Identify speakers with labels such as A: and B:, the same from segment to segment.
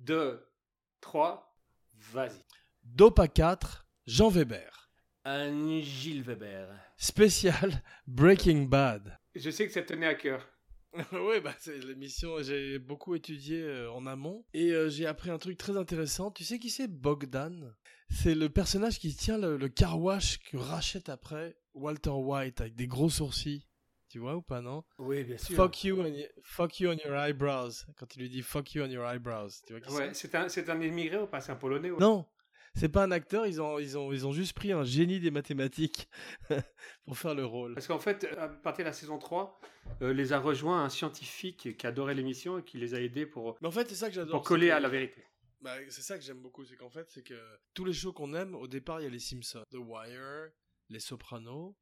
A: 2, 3, vas-y.
B: Dopa 4, Jean Weber.
A: Un Gilles Weber.
B: Spécial Breaking Bad.
A: Je sais que ça te tenait à cœur.
B: oui, bah, c'est l'émission, j'ai beaucoup étudié euh, en amont et euh, j'ai appris un truc très intéressant. Tu sais qui c'est Bogdan C'est le personnage qui tient le, le carwash que rachète après Walter White avec des gros sourcils. Tu vois ou pas, non
A: Oui, bien sûr.
B: fuck you, on y- fuck you on your eyebrows. Quand il lui dit fuck you on your eyebrows. Tu vois qui
A: Ouais, c'est un, c'est un immigré ou pas C'est un polonais ou...
B: Non, c'est pas un acteur, ils ont, ils, ont, ils ont juste pris un génie des mathématiques pour faire le rôle.
A: Parce qu'en fait, à partir de la saison 3, euh, les a rejoints un scientifique qui adorait l'émission et qui les a aidés pour,
B: Mais en fait, c'est ça que j'adore.
A: pour coller
B: c'est
A: à
B: que-
A: la vérité.
B: Bah, c'est ça que j'aime beaucoup, c'est qu'en fait, c'est que tous les shows qu'on aime, au départ, il y a les Simpsons, The Wire, Les Sopranos,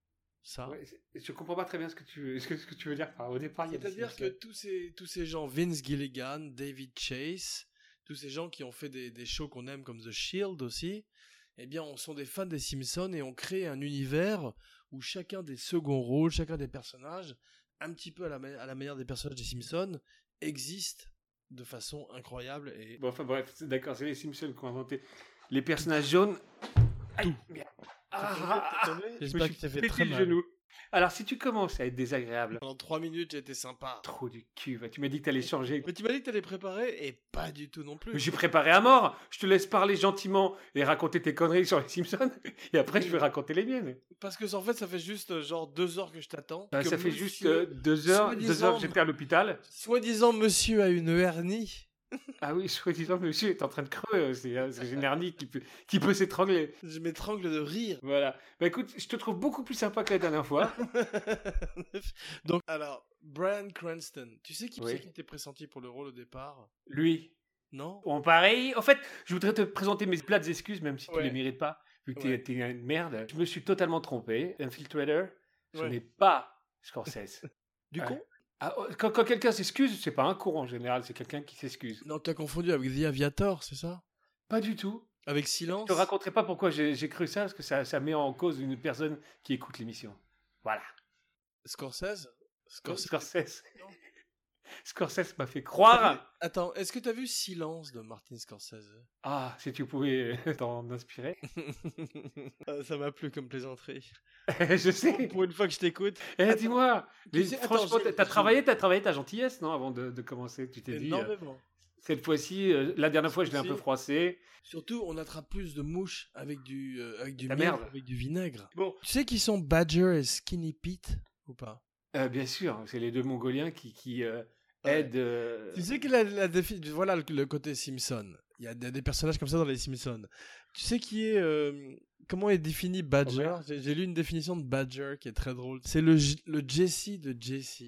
B: ça.
A: Ouais, c'est- je comprends pas très bien ce que tu, ce que, ce que tu veux dire. par au départ, Ah, il y a des
B: C'est-à-dire que
A: Simpsons.
B: tous ces, tous ces gens, Vince Gilligan, David Chase, tous ces gens qui ont fait des, des shows qu'on aime comme The Shield aussi, eh bien, on sont des fans des Simpsons et on crée un univers où chacun des seconds rôles, chacun des personnages, un petit peu à la, ma- à la manière des personnages des Simpsons, existe de façon incroyable et
A: Bon, enfin bref, c'est- d'accord, c'est les Simpsons qui ont inventé les personnages jaunes. Aïe, merde. Ah, ah, ah, je me
B: J'espère
A: suis
B: que ça fait
A: pété
B: très
A: le
B: mal.
A: genou. Alors, si tu commences à être désagréable,
B: pendant trois minutes, j'étais sympa.
A: trop du cul, va, tu m'as dit que t'allais changer.
B: Mais tu m'as dit que t'allais préparer et pas du tout non plus.
A: Mais j'ai préparé à mort. Je te laisse parler gentiment et raconter tes conneries sur les Simpsons. Et après, je vais raconter les miennes.
B: Parce que en fait, ça fait juste euh, genre deux heures que je t'attends.
A: Bah,
B: que
A: ça fait
B: monsieur-
A: juste euh, deux heures, deux
B: soi-disant-
A: heures que j'étais à l'hôpital.
B: Soi-disant, monsieur a une hernie.
A: Ah oui, soi-disant, monsieur est en train de creux. C'est euh, c'est une hernie qui peut, qui peut s'étrangler.
B: Je m'étrangle de rire.
A: Voilà. Bah écoute, je te trouve beaucoup plus sympa que la dernière fois.
B: Donc, alors, Brian Cranston, tu sais qui
A: Oui.
B: c'est qui était pressenti pour le rôle au départ
A: Lui,
B: Non
A: on pareil. En fait, je voudrais te présenter mes plates excuses, même si tu
B: Ouais.
A: les mérites pas, vu que
B: Ouais.
A: t'es t'es une merde. Je me suis totalement trompé. Infiltrator, ce
B: Ouais.
A: n'est pas Scorsese.
B: Du
A: Ouais.
B: coup
A: Ah, oh, quand quand quelqu'un s'excuse, c'est pas un con en général, c'est quelqu'un qui s'excuse.
B: Non, tu as confondu avec The Aviator, c'est ça
A: Pas du tout.
B: Avec
A: Je
B: Silence
A: te raconterai pas pourquoi j'ai j'ai cru ça, parce que ça, ça met en cause une personne qui écoute l'émission. Voilà.
B: Scorsese Scorsese.
A: Scorsese.
B: Non.
A: Scorsese m'a fait croire.
B: Attends, est-ce que t'as vu Silence de Martin Scorsese
A: Ah, si tu pouvais euh, t'en inspirer.
B: Euh, Ça m'a plu comme plaisanterie.
A: je sais.
B: Pour une fois que je t'écoute.
A: Eh, dis-moi. mais
B: sais- attends,
A: Franchement,
B: j'ai-
A: t'as- t'as
B: j'ai-
A: travaillé, t'as travaillé ta gentillesse, non, avant de, de commencer. Tu t'es dit. euh,
B: Énormément.
A: cette fois-ci, euh, la dernière fois, je l'ai un
B: Si.
A: peu froissé.
B: Surtout, on attrape plus de mouches avec du, euh, avec du
A: La
B: miel,
A: merde.
B: avec du vinaigre.
A: Bon.
B: Tu sais qui sont Badger et Skinny Pete ou pas
A: Euh, bien sûr, c'est les deux Mongoliens qui, qui euh,
B: Ouais.
A: aident. euh,
B: Tu sais que la, la défi- voilà le, le côté Simpson. Il y a des, des personnages comme ça dans les Simpsons. Tu sais qui est euh, comment est défini Badger
A: Ouais.
B: J'ai- J'ai lu une définition de Badger qui est très drôle. C'est le J- le Jesse de Jesse.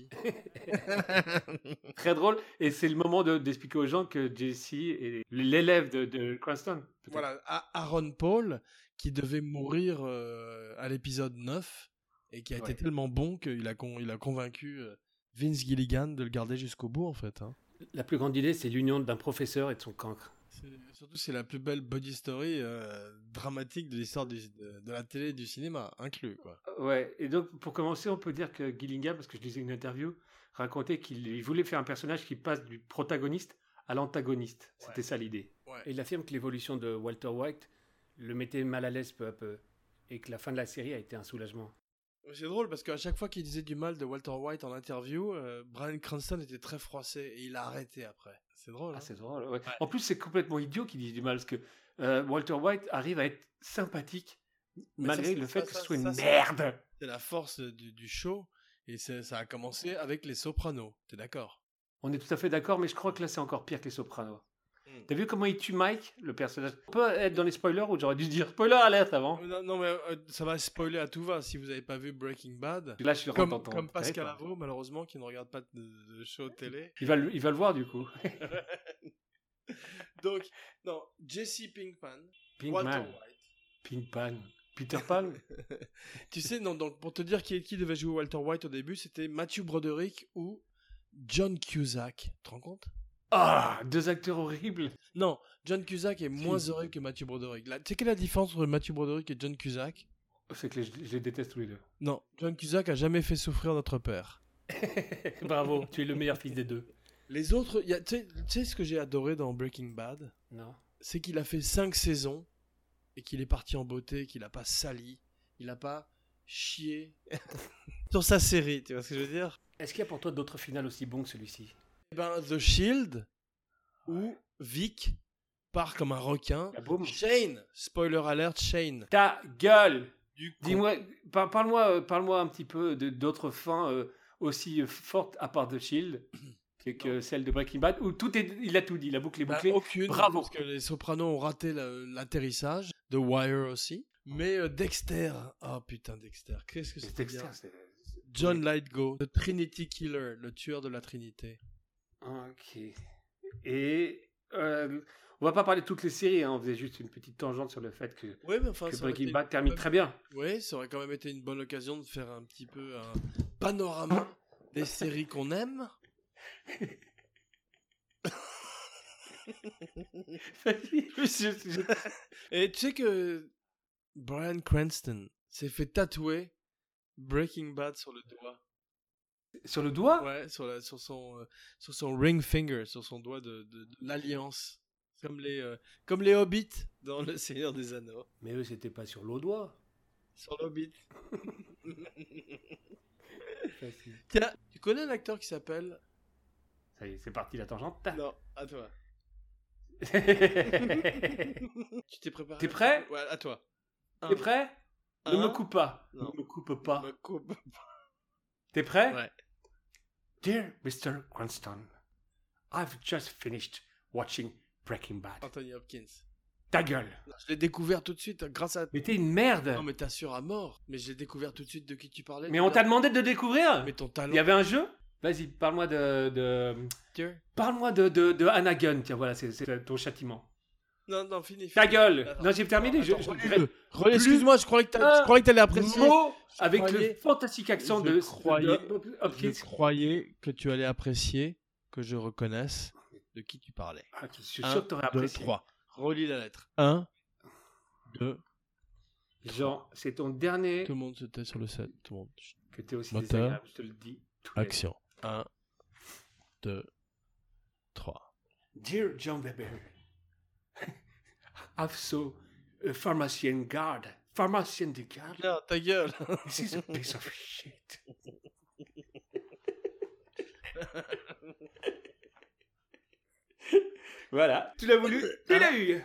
A: Très drôle. Et c'est le moment de- d'expliquer aux gens que Jesse est l'élève de, de Cranston. peut-être.
B: voilà, A- Aaron Paul qui devait mourir euh, à l'épisode 9 et qui a
A: Ouais.
B: été tellement bon qu'il a con- il a convaincu euh, Vince Gilligan de le garder jusqu'au bout en fait. hein.
A: La plus grande idée, c'est l'union d'un professeur et de son cancre.
B: C'est- Surtout, c'est la plus belle body story euh, dramatique de l'histoire du- de, de la télé et du cinéma, inclus. Quoi.
A: Ouais, et donc pour commencer, on peut dire que Gillingham, parce que je lisais une interview, racontait qu'il il voulait faire un personnage qui passe du protagoniste à l'antagoniste. C'était ça l'idée.
B: Ouais.
A: Et il affirme que l'évolution de Walter White le mettait mal à l'aise peu à peu, et que la fin de la série a été un soulagement.
B: C'est drôle parce qu'à chaque fois qu'il disait du mal de Walter White en interview, euh, Brian Cranston était très froissé et il a arrêté après. C'est drôle.
A: Ah,
B: hein.
A: c'est drôle. ouais. En plus, c'est complètement idiot qu'il dise du mal, parce que euh, Walter White arrive à être sympathique
B: Mais
A: malgré
B: ça,
A: le
B: ça,
A: fait
B: ça,
A: que
B: ça,
A: ce soit une
B: ça, ça-
A: merde.
B: C'est la force du, du show et c'est- ça a commencé avec les Sopranos. T'es d'accord
A: On est tout à fait d'accord, mais je crois que là, c'est encore pire que les Sopranos.
B: Mm.
A: T'as vu comment il tue Mike, le personnage On peut être dans les spoilers ou j'aurais dû dire spoiler alerte avant
B: Non, non, mais euh, ça va spoiler à tout va si vous n'avez pas vu Breaking Bad.
A: Là, je suis
B: Comme,
A: rentré en-
B: comme
A: en-
B: Pascal
A: territoire.
B: Avro, malheureusement, qui ne regarde pas de, de show télé.
A: Il va, le, il va le voir du coup.
B: Donc, non, Jesse Pinkman, Walter
A: Pinkman.
B: White.
A: Pinkman. Peter Pan
B: Tu sais, non, donc pour te dire qui, qui devait jouer Walter White au début, c'était Matthew Broderick ou John Cusack. Tu te rends compte
A: Ah Deux acteurs horribles
B: Non, John Cusack est moins horrible que Matthew Broderick. Là, Tu sais quelle est la différence entre Matthew Broderick et John Cusack
A: C'est que je, je les déteste tous les deux.
B: Non, John Cusack a jamais fait souffrir notre père.
A: Bravo, tu es le meilleur fils des deux.
B: Les autres, il y a- tu sais- tu sais ce que j'ai adoré dans Breaking Bad
A: Non.
B: c'est qu'il a fait 5 saisons et qu'il est parti en beauté, qu'il n'a pas sali, il n'a pas chié sur sa série, tu vois ce que je veux dire
A: Est-ce qu'il y a pour toi d'autres finales aussi bons que celui-ci
B: Eh ben, The Shield, où Vic part comme un requin.
A: La boum.
B: Shane Spoiler alert, Shane.
A: Ta gueule
B: Du coup,
A: Dis-moi, par- parle-moi, euh, parle-moi un petit peu de- d'autres fins euh, aussi euh, fortes à part de Shield que, que celle de Breaking Bad où tout est, il a tout dit, la boucle est
B: bah,
A: bouclée.
B: aucune,
A: Bravo.
B: parce que les Sopranos ont raté le- l'atterrissage. The Wire aussi. Mais euh, Dexter, oh putain Dexter, qu'est-ce que
A: C'est
B: c'était bien.
A: externe, c'est-
B: John Lightgo, The Trinity Killer, le tueur de la Trinité.
A: Ok. Et euh, on va pas parler de toutes les séries, hein, on faisait juste une petite tangente sur le fait que,
B: Ouais, mais enfin,
A: que
B: ça aurait
A: Breaking
B: été-
A: Bad termine très bien.
B: Oui, ça aurait quand même été une bonne occasion de faire un petit peu un panorama des séries qu'on aime.
A: Vas-y. Je- je-
B: Et tu sais que Brian Cranston s'est fait tatouer Breaking Bad sur le doigt.
A: Sur le doigt
B: Ouais, sur, la, sur, son, euh, sur son ring finger, sur son doigt de, de- de l'Alliance. Comme les, euh, comme les hobbits dans Le Seigneur des Anneaux.
A: Mais eux, c'était pas sur le doigt.
B: Sur l'hobbit. Tiens, tu connais un acteur qui s'appelle...
A: Ça y est, c'est parti la tangente.
B: Non, à toi.
A: T'es
B: Tu t'es préparé
A: T'es prêt
B: Ouais, à toi. Un,
A: prêt Ne
B: un,
A: me coupe pas.
B: Hein? Non.
A: Ne me coupe pas.
B: me coupe.
A: T'es prêt
B: Ouais.
A: Dear Mr. Cranston, I've just finished watching Breaking Bad.
B: Anthony Hopkins.
A: Ta gueule
B: Je l'ai découvert tout de suite hein, grâce à.
A: Mais t'es une merde
B: Non, mais t'assures à mort. Mais je l'ai découvert tout de suite de qui tu parlais.
A: Mais on t'a demandé de le découvrir
B: Mais ton
A: Il y
B: talent.
A: avait un jeu Vas-y, parle-moi de... de-
B: Dieu.
A: Parle-moi de, de, de Hannah Gunn. Tiens, voilà, c'est- c'est ton châtiment.
B: Non, non, fini.
A: Ta gueule
B: Attends.
A: Non, j'ai terminé.
B: Attends,
A: Je, je regrette
B: Relais, Excuse-moi, je croyais que t'a-
A: Ah,
B: je croyais que t'allais apprécier.
A: mot avec le
B: croyais-
A: fantastique accent
B: je
A: de,
B: croyais-
A: de Hopkins.
B: Je croyais que tu allais apprécier que je reconnaisse de qui tu parlais.
A: Ah, je suis sûr que t'aurais apprécié.
B: 3. Relis la lettre. 1, 2.
A: Jean, c'est ton dernier
B: Tout le monde se tait sur le set. Tout le monde. Chut.
A: que t'es aussi
B: Moteur.
A: désagréable, je te le dis. tous les
B: Action. 1, 2, 3.
A: Dear John Weber, I've saw a pharmacian guard. Pharmacian de guard?
B: Là, ta gueule.
A: This is a piece of shit. voilà. Tu l'as voulu, tu l'as eu.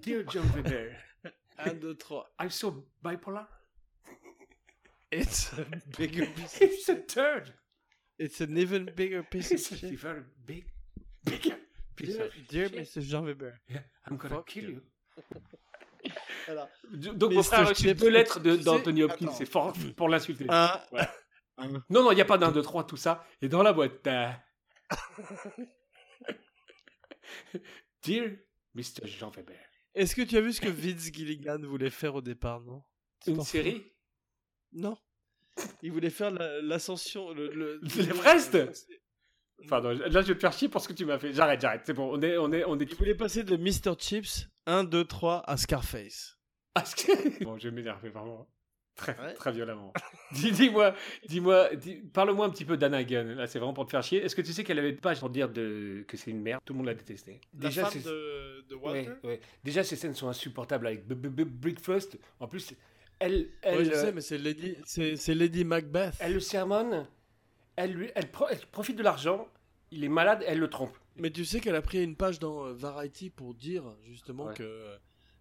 A: Dear John Weber,
B: 1, 2, 3.
A: I'm so bipolar.
B: It's a bigger piece.
A: It's a third.
B: It's an even bigger piece of
A: It's a
B: shit.
A: very big, big piece
B: Dear,
A: of shit.
B: dear Mr. Jean Weber.
A: Yeah, I'm gonna
B: Fuck
A: kill
B: you.
A: you.
B: Alors,
A: Donc, mon
B: Mr.
A: frère a reçu
B: Chip,
A: deux lettres de-
B: tu sais-
A: d'Anthony Hopkins,
B: attends. Ah,
A: c'est fort pour l'insulter.
B: Un,
A: Non, non, il n'y a pas d'un, deux, trois, tout ça. Et dans la boîte, t'as. Dear Mr. Jean Weber.
B: Est-ce que tu as vu ce que Vince Gilligan voulait faire au départ, non Tu
A: Une
B: t'en
A: série
B: fous Non. Il voulait faire la- l'ascension. Le, le...
A: L'Everest Enfin, non, là, je vais te faire chier pour ce que tu m'as fait. J'arrête, j'arrête. C'est bon, on est. On est, on est...
B: Il voulait passer de Mr. Chips 1, 2, 3 à Scarface.
A: Ah, ce- bon, je vais m'énerver vraiment. Très,
B: Ouais.
A: très violemment. Dis- dis-moi, dis-moi, dis- parle-moi un petit peu d'Anna Gunn. Là, c'est vraiment pour te faire chier. Est-ce que tu sais qu'elle avait une page pour dire de... que c'est une merde Tout le monde l'a détestée.
B: la femme
A: c'est-
B: de, de
A: Ouais,
B: Walter
A: ouais. Déjà, ces scènes sont insupportables avec B- B- B- Brick Frost. En plus, elle,
B: Ouais,
A: elle,
B: je
A: euh,
B: sais, mais c'est Lady, c'est, c'est Lady Macbeth.
A: elle le sermonne, elle, lui- elle, pro- elle profite de l'argent, il est malade, elle le trompe.
B: Mais tu sais qu'elle a pris une page dans euh, Variety pour dire justement
A: Ouais.
B: que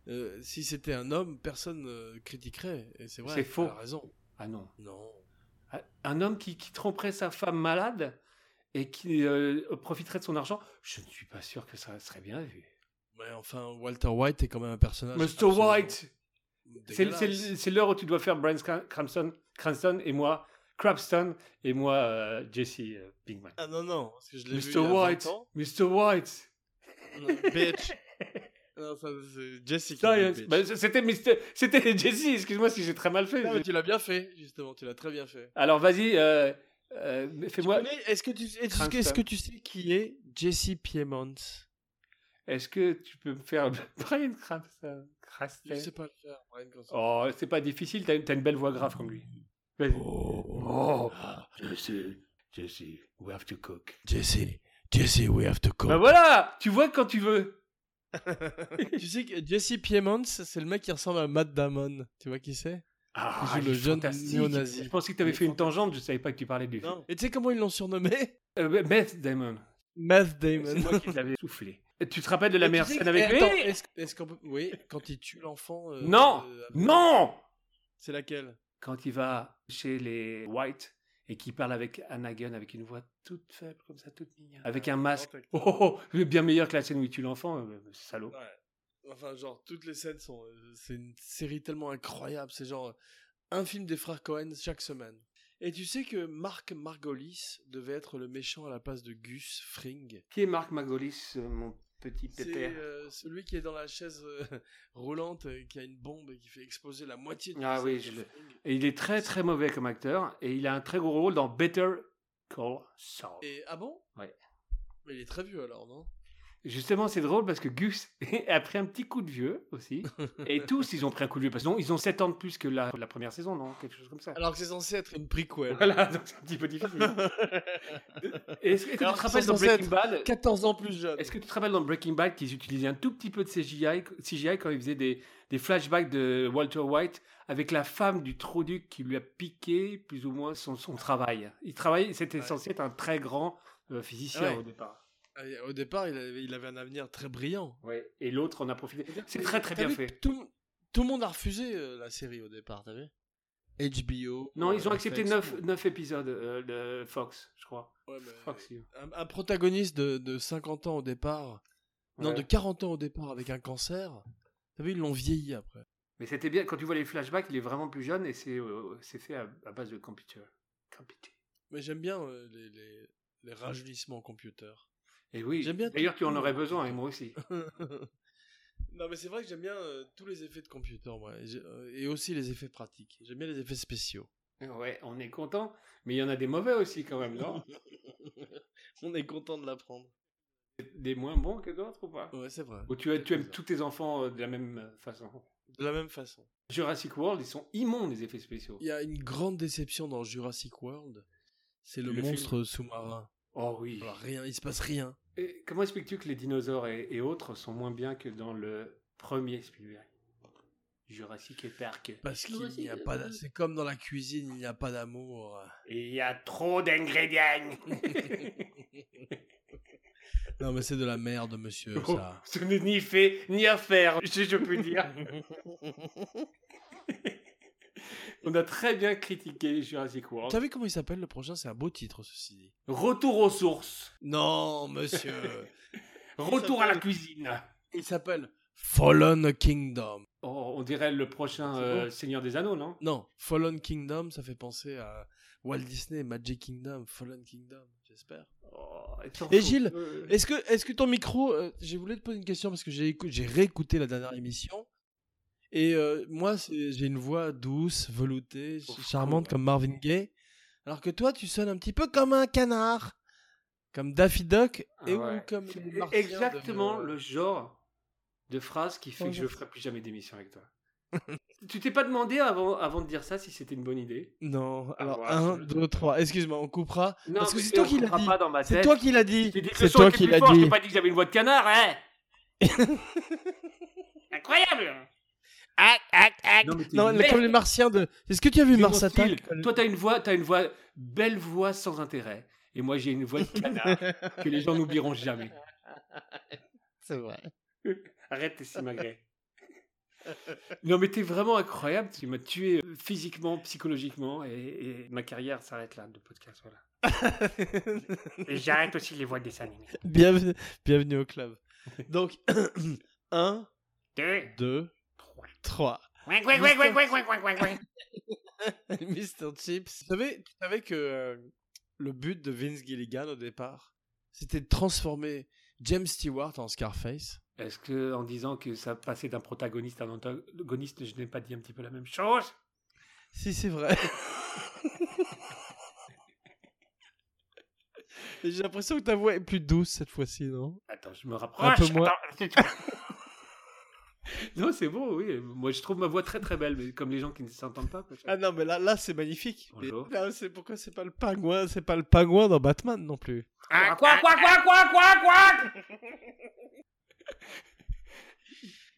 B: euh, si c'était un homme, personne ne critiquerait. Et c'est vrai.
A: C'est
B: elle
A: faux.
B: a raison.
A: Ah non.
B: Non.
A: Ah, Un homme qui, qui tromperait sa femme malade et qui euh, profiterait de son argent, je ne suis pas sûr que ça serait bien vu.
B: Mais enfin, Walter White est quand même un personnage.
A: Mr.
B: absolument
A: White, c'est-
B: dégueulasse.
A: c'est c'est l'heure où tu dois faire Brian Cran- Cranston, Cranston et moi, Crabston et moi, euh, Jesse euh, Pinkman.
B: Ah non, non, parce que je l'ai vu. il y
A: Mr.
B: a 20
A: White,
B: ans.
A: Mr. White.
B: Non, bitch. non, ça, c'est Jessica.
A: Science. Bah, c- c'était Mr- c'était Jesse, excuse-moi si j'ai très mal fait.
B: tu l'as bien fait, justement, tu l'as très bien fait.
A: Alors vas-y, euh, euh, fais-moi.
B: Tu connais- Est-ce que, tu... est-ce que- est-ce que tu sais qui est Jesse Piemont
A: Est-ce que tu peux me faire Brian Cranston
B: Je
A: Cranston
B: sais pas le faire, Brian Cranston.
A: Oh, c'est pas difficile, t'as t'as une belle voix grave comme lui. Vas-y.
B: Oh.
A: Oh, je suis Jesse, we have to cook.
B: Jesse, Jesse, we have to cook.
A: Bah voilà, tu vois quand tu veux.
B: tu sais que Jesse Piemont, c'est le mec qui ressemble à Matt Damon. Tu vois qui c'est
A: Ah,
B: Il joue
A: il
B: le
A: est
B: jeune
A: fantastique.
B: néo-nazi.
A: Je pensais que tu avais
B: Il est
A: fait une tangente, je savais pas que tu parlais de lui.
B: Et tu sais comment ils l'ont surnommé
A: Euh, Beth Damon.
B: Matt
A: C'est
B: Damon.
A: moi qui l'avais soufflé. Et tu te rappelles de la
B: Et tu
A: meilleure
B: sais
A: scène
B: que-
A: avec
B: eh,
A: lui
B: attends, Est-ce est-ce qu'on peut... Oui, quand il tue l'enfant. euh,
A: Non
B: euh, avec-
A: Non
B: C'est laquelle
A: Quand il va chez les White et qu'il parle avec Anna Gunn avec une voix toute faible comme ça, toute mignonne.
B: Ah,
A: Avec un masque. Oh, oh, oh, le bien meilleur que la scène où il tue l'enfant, euh, salaud.
B: Enfin, genre, toutes les scènes sont. euh, C'est une série tellement incroyable. C'est genre euh, un film des frères Cohen chaque semaine. Et tu sais que Marc Margolis devait être le méchant à la place de Gus Fring.
A: Qui est Marc Magolis, euh, mon petit
B: C'est
A: pépère
B: euh, celui qui est dans la chaise euh, roulante, euh, qui a une bombe et qui fait exploser la moitié du
A: Ah
B: visage
A: oui,
B: de
A: je l'ai.
B: Fring.
A: Et il est très très mauvais comme acteur et il a un très gros rôle dans Better Call Saul.
B: Et ah bon
A: Ouais.
B: Mais il est très vieux alors, non
A: Justement, c'est drôle parce que Gus a pris un petit coup de vieux aussi. Et tous, ils ont pris un coup de vieux parce qu'ils ont 7 ans de plus que la, la première saison, non Quelque chose comme ça.
B: Alors que c'est censé être une prequel.
A: Voilà, donc c'est un petit peu difficile. Est-ce que, est-ce que
B: Alors,
A: tu te rappelles dans
B: 107,
A: Breaking Bad
B: 14 ans plus jeune.
A: Est-ce que tu te rappelles dans Breaking Bad qu'ils utilisaient un tout petit peu de CGI, CGI quand ils faisaient des, des flashbacks de Walter White avec la femme du Troduc qui lui a piqué plus ou moins son, son travail Il travaillait, c'était
B: Ouais.
A: censé être un très grand euh, physicien
B: Ouais.
A: au départ.
B: Euh, Au départ, il avait, il avait un avenir très brillant.
A: Ouais. Et l'autre en a profité. C'est
B: Mais
A: très très
B: t'as
A: bien
B: vu
A: fait.
B: que Tout, tout le monde a refusé euh, la série au départ, t'as vu HBO.
A: Non,
B: euh,
A: ils ont accepté
B: FX.
A: 9, épisodes euh, de Fox, je crois.
B: Ouais, mais euh,
A: Fox, you.
B: un, un protagoniste de, de 50 ans au départ, non,
A: Ouais.
B: de 40 ans au départ avec un cancer, t'as vu, ils l'ont vieilli après.
A: Mais c'était bien, quand tu vois les flashbacks, il est vraiment plus jeune et c'est euh, c'est fait à, à base de computer. Computer.
B: Mais j'aime bien euh, les, les, les rajeunissements computer.
A: Et oui,
B: J'aime bien
A: d'ailleurs
B: tout-
A: tu en aurais besoin, et moi aussi.
B: non, mais c'est vrai que j'aime bien euh, tous les effets de computer, moi, et, j'ai- euh, et aussi les effets pratiques. J'aime bien les effets spéciaux.
A: Ouais, on est content, mais il y en a des mauvais aussi quand même, non
B: On est content de l'apprendre.
A: Des moins bons que d'autres ou pas
B: Ouais, c'est vrai.
A: Ou tu, tu aimes tous tes enfants euh, de la même euh, façon
B: De la même façon.
A: Jurassic World, ils sont immondes les effets spéciaux.
B: Il y a une grande déception dans Jurassic World. C'est le,
A: Le
B: monstre sous-marin.
A: Oh oui.
B: Alors, rien, il se passe rien.
A: Et comment expliques-tu que les dinosaures et, et autres sont moins bien que dans le premier Spielberg Jurassic et Park.
B: Parce qu'il n'y a pas. d'a- C'est comme dans la cuisine, il n'y a pas d'amour.
A: Il y a trop d'ingrédients.
B: Non, mais c'est de la merde, monsieur.
A: Oh,
B: Ça.
A: ce n'est ni fait ni à faire, si je peux dire. On a très bien critiqué Jurassic
B: Vous
A: World.
B: savez comment il s'appelle le prochain C'est un beau titre, ceci dit.
A: Retour aux sources.
B: Non, monsieur.
A: Retour à la cuisine.
B: il s'appelle Fallen Kingdom.
A: Oh, on dirait le prochain
B: C'est
A: euh,
B: bon.
A: Seigneur des Anneaux, non
B: Non, Fallen Kingdom, ça fait penser à Walt Disney, Magic Kingdom, Fallen Kingdom, j'espère.
A: Oh, t'en
B: Et
A: fous.
B: Gilles,
A: Euh,
B: Est-ce que, est-ce que ton micro, euh, j'ai voulu te poser une question parce que j'ai, écou- j'ai réécouté la dernière émission et euh, moi c'est- j'ai une voix douce, veloutée,
A: Oh,
B: charmante
A: cool.
B: comme Marvin Gaye, alors que toi tu sonnes un petit peu comme un canard, comme Daffy Duck
A: Ah
B: et
A: ouais.
B: ou comme
A: C'est
B: le martien de-
A: exactement le genre de phrase qui fait que je ne
B: Bonjour.
A: ferai plus jamais d'émission avec toi. tu t'es pas demandé avant, avant de dire ça si c'était une bonne idée
B: Non, alors
A: Ah, ouais,
B: 1,
A: je-
B: 2, 3, excuse-moi, on coupera.
A: Non,
B: Parce que
A: mais
B: c'est toi
A: on
B: qui l'as
A: comprend
B: dit.
A: pas dans ma
B: C'est
A: tête.
B: toi qui l'as dit.
A: J'ai dit que le
B: C'est
A: son
B: toi
A: était
B: qui
A: plus
B: l'as
A: fort, Je
B: dit.
A: t'ai pas dit que j'avais une voix de canard, hein Incroyable Non, mais t'es
B: Non,
A: une
B: le- comme
A: merde.
B: les martiens de. Est-ce que tu as vu
A: C'est mon
B: Mars Attack
A: style. Toi, t'as une voix, t'as une voix, belle voix sans intérêt. Et moi, j'ai une voix de canard que les gens n'oublieront jamais.
B: C'est vrai.
A: Arrête tes simagrées. Non, mais t'es vraiment incroyable. Tu m'as tué euh, physiquement, psychologiquement, et, et ma carrière s'arrête là, de podcast. Voilà. Et j'arrête aussi les voix de dessin animé.
B: bienvenue, bienvenue au club. Donc, 1,
A: Deux,
B: 2,
A: trois.
B: 3.
A: Ouin, ouin, ouin, ouin, ouin, ouin, ouin, ouin.
B: Mr. Chips. Tu savais, tu savais que euh, le but de Vince Gilligan au départ, c'était de transformer James Stewart en Scarface
A: Est-ce que en disant que ça passait d'un protagoniste à un antagoniste, je n'ai pas dit un petit peu la même chose
B: Si, c'est vrai. Et J'ai l'impression que ta voix est plus douce cette fois-ci, non
A: Attends, je me rapproche.
B: peu moins.
A: Attends, Non, c'est bon, oui. Moi, je trouve ma voix très très belle, mais comme les gens qui ne s'entendent pas. quoi.
B: Ah non, mais là, là c'est magnifique. Mais
A: Bonjour.
B: là, c'est pourquoi c'est pas le pingouin, c'est pas le pingouin dans Batman non plus.
A: Ah,
C: Quack, quack, quack, quack, quack, quack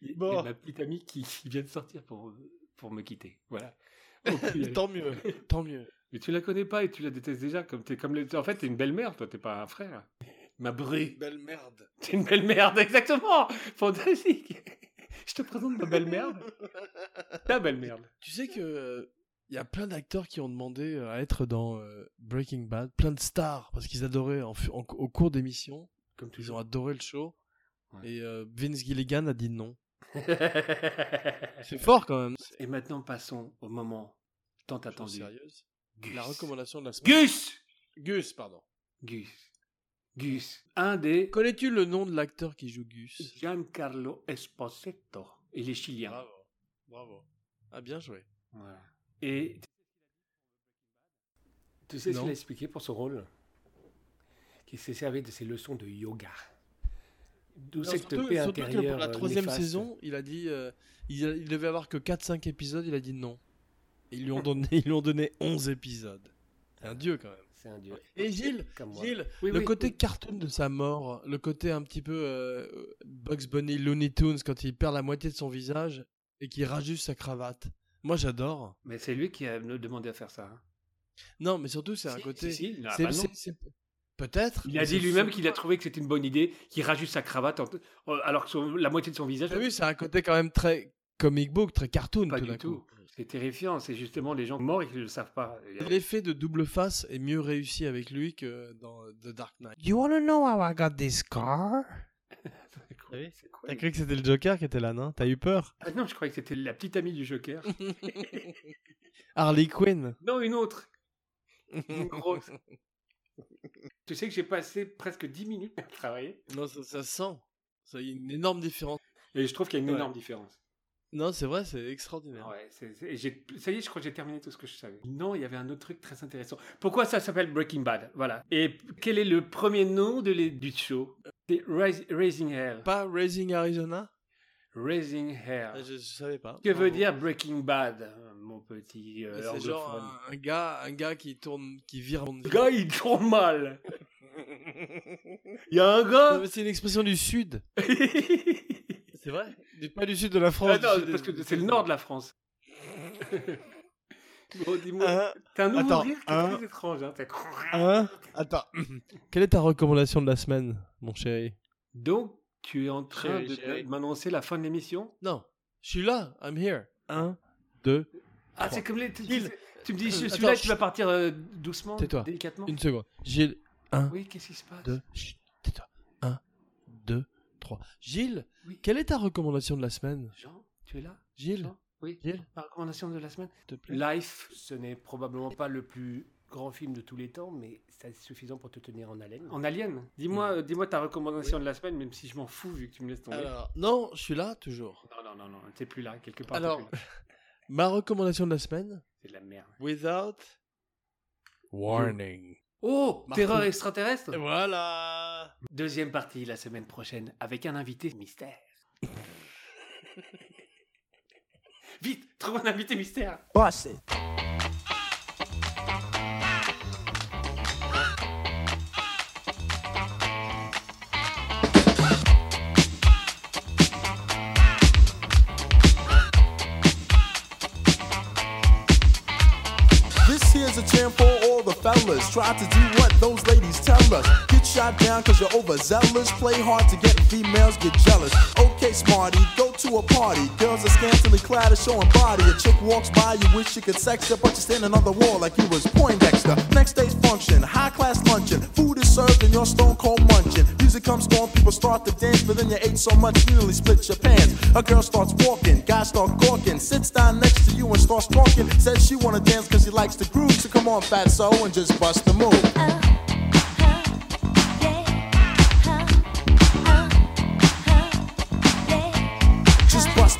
A: Il y a
B: Bon.
A: ma petite amie qui, qui vient de sortir pour, pour me quitter. Voilà. Oh, puis,
B: Tant mieux, tant mieux.
A: mais tu la connais pas et tu la détestes déjà. Comme t'es, comme le- En fait, t'es une belle mère, toi, t'es pas un frère. Ma bru.
B: Belle merde.
A: T'es une belle merde, exactement. Fantastique. Je te présente ma belle merde. Ta belle merde.
B: Tu sais que il y a plein d'acteurs qui ont demandé euh, à être dans euh, Breaking Bad, plein de stars parce qu'ils adoraient en fu- en- au cours d'émission,
A: Comme
B: ils ont
A: toujours.
B: adoré le show.
A: Ouais.
B: Et euh, Vince Gilligan a dit non. C'est fort quand même.
A: et maintenant, passons au moment tant
B: Chose
A: attendu.
B: sérieuse.
A: Gus.
B: La recommandation de la semaine.
A: Gus
B: Gus, pardon.
A: Gus. Gus. Un des
B: Connais-tu le nom de l'acteur qui joue Gus
A: Giancarlo Esposito. Il est chilien.
B: Bravo. Bravo. Ah bien joué.
A: Voilà. Et tu sais ce
B: Non.
A: qu'il a expliqué pour son rôle Qu'il s'est servi de ses leçons de yoga. D'où
B: Non,
A: cette
B: surtout,
A: paix
B: surtout que
A: intérieure.
B: pour la
A: euh,
B: troisième
A: néfaste.
B: saison, il a dit, euh, il, il devait avoir que 4-5 épisodes, il a dit non. Et ils lui ont donné, ils lui ont donné 11 épisodes. C'est un dieu quand même.
A: C'est un dieu.
B: Et Gilles,
A: Comme moi.
B: Gilles,
A: Oui,
B: le
A: oui.
B: côté cartoon de sa mort, le côté un petit peu euh, Bugs Bunny, Looney Tunes, quand il perd la moitié de son visage et qu'il rajuste sa cravate. Moi j'adore.
A: Mais c'est lui qui a nous demandé à faire ça. hein.
B: Non, mais surtout c'est un
A: Si,
B: côté.
A: si, si, non,
B: c'est-
A: bah non.
B: c'est- c'est- Peut-être.
A: Il a
B: mais
A: dit
B: c'est-
A: lui-même
B: c'est-
A: qu'il a trouvé que c'était une bonne idée, qu'il rajuste sa cravate en- euh, alors que son- la moitié de son visage.
B: T'as vu, c'est un côté quand même très comic book, très cartoon
A: Pas
B: Ah tout
A: du
B: d'un
A: tout.
B: coup. Ah
A: C'est terrifiant. C'est justement les gens morts et qui ne le savent pas.
B: L'effet de double face est mieux réussi avec lui que dans The Dark Knight.
C: You wanna know how I got this car
A: C'est quoi-
B: T'as vu
A: c'est quoi,
B: cru que c'était le Joker qui était là, non T'as eu peur
A: Ah non, je croyais que c'était la petite amie du Joker.
B: Harley Quinn.
A: non, une autre. Une grosse. tu sais que j'ai passé presque 10 minutes à travailler
B: Non, ça, ça sent. Ça y a une énorme différence.
A: et je trouve qu'il y a une
B: Ouais.
A: énorme différence.
B: Non, c'est vrai, c'est extraordinaire.
A: Ah Ouais, c'est- c'est- et j'ai- ça y est, je crois que j'ai terminé tout ce que je savais. Non, il y avait un autre truc très intéressant. Pourquoi ça s'appelle Breaking Bad Voilà. Et quel est le premier nom de les- du show C'est Rais- Raising Hell.
B: Pas Raising Arizona
A: Raising Hell.
B: je, je savais pas.
A: Ah. Que veut
B: Bravo.
A: dire Breaking Bad, euh, mon petit euh,
B: C'est genre
A: anglophone
B: un, un gars, un gars qui tourne, qui vire. en-
A: Le gars, il tourne mal. Il y a un gars.
B: Non, mais c'est une expression du sud. C'est vrai Pas du sud de la France.
A: Ah non,
B: du sud
A: parce
B: des-
A: que c'est le nord de la France. bon, dis-moi.
B: Hein,
A: T'as un nouveau
B: Attends,
A: rire qui est
B: hein.
A: très étrange. Hein. t'as-
B: hein Attends. Quelle est ta recommandation de la semaine, mon chéri
A: Donc, tu es en train
B: Chérie,
A: de-
B: chérie.
A: de m'annoncer la fin de l'émission
B: Non, je suis là, I'm here. Un, deux,
A: Ah,
B: Trois.
A: c'est comme les. Tu, tu-
B: Gilles.
A: tu me dis,
B: Euh,
A: celui-là,
B: attends,
A: tu vas partir euh, doucement,
B: Tais-toi.
A: délicatement.
B: une seconde. Gilles,
A: Oui, qu'est-ce qui se passe
B: deux, chut, tais-toi. Un, deux, trois. Gilles,
A: Oui.
B: quelle est ta recommandation de la semaine
A: Jean, tu es là
B: Gilles,
A: Jean Oui.
B: Gilles,
A: Ma recommandation de la semaine
B: s'il te plaît.
A: Life, ce n'est probablement pas le plus grand film de tous les temps, mais c'est suffisant pour te tenir en haleine. En alien Dis-moi euh, dis-moi ta recommandation de la semaine, même si je m'en fous vu que tu me laisses tomber.
B: Alors, non, je suis là toujours.
A: Non, non, non, non, t'es plus là, quelque part. t'es
B: Alors-
A: plus là.
B: Ma recommandation de la semaine
A: C'est de la merde.
B: Without Warning.
A: Oh
B: Martin.
A: Terreur extraterrestre
B: Voilà.
A: Deuxième partie la semaine prochaine avec un invité mystère. Vite, trouve un invité mystère
C: Boss it.
D: This here's a jam for all the fellas. Try to do what those ladies tell us. Get shot down cause you're overzealous. Play hard to get females get jealous. Okay, smarty, go to a party. Girls are scantily clad and showing body. A chick walks by, you wish you could sex her, but you're standing on the wall like you was Poindexter. Next day's function, high class luncheon. Food is served and you're stone cold munching. Music comes on, people start to dance, but then you ate so much you nearly split your pants. A girl starts walking, guys start gawking, sits down next to you and starts talking. Says she wanna dance cause she likes the groove, so come on, fat so and just bust the move. Just bust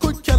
D: Could care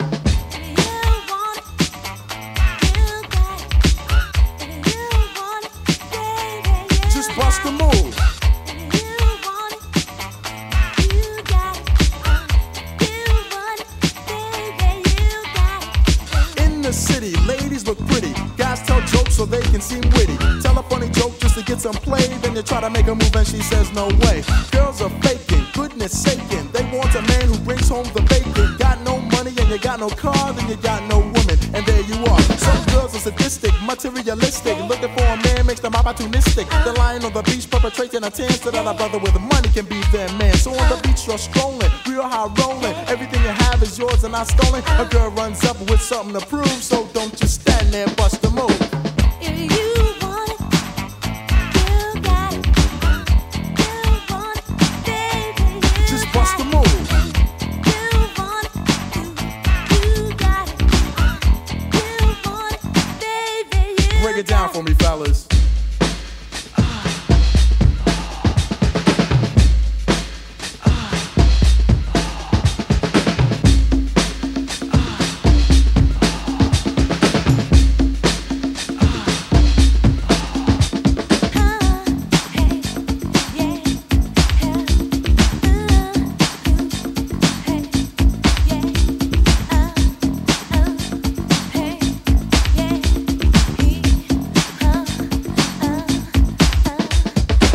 D: Just bust a move. In the city, ladies look pretty. Guys tell jokes so they can seem witty. Tell a funny joke just to get some play. Then you try to make a move and she says no way. Girls are faking, goodness saking. They want a man who brings home the bacon. Got no money and you got no car, then you got no woman. And there you are. Some girls are sadistic, materialistic. Looking for a man makes them opportunistic. They're lying on the beach, perpetrating a tan so that a brother with money can be their man. So on the beach you're strolling, real high rolling. Everything you have is yours and not stolen. A girl runs up with something to prove, so don't just stand there, bust a move. Just bust a move. Break it down for me, fellas.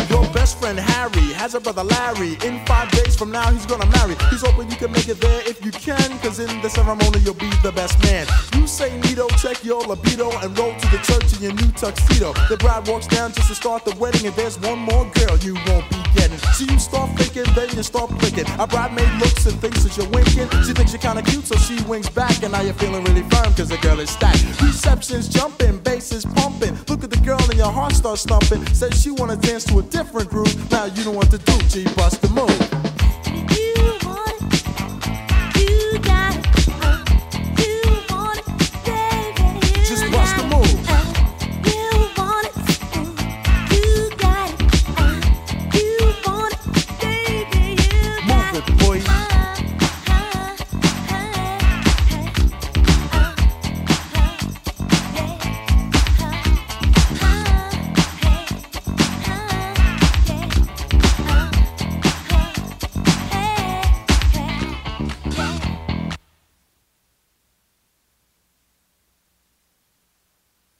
D: Your best friend Harry has a brother Larry. In five days from now, he's gonna marry. He's hoping you can make it there if you can, cause in the ceremony, you'll be the best man. You say neato, check your libido, and roll to the church in your new tuxedo. The bride walks down just to start the wedding, and there's one more girl you won't be getting. So you start thinking, then you start blinking. A bridemaid looks and thinks that you're winking. She thinks you're kinda cute, so she winks back, and now you're feeling really firm, cause the girl is stacked. Reception's jumping, bass is pumping. Look at the girl, and your heart starts thumping. Says she wanna dance to a different groove. Now you know what to do, G, bust the move.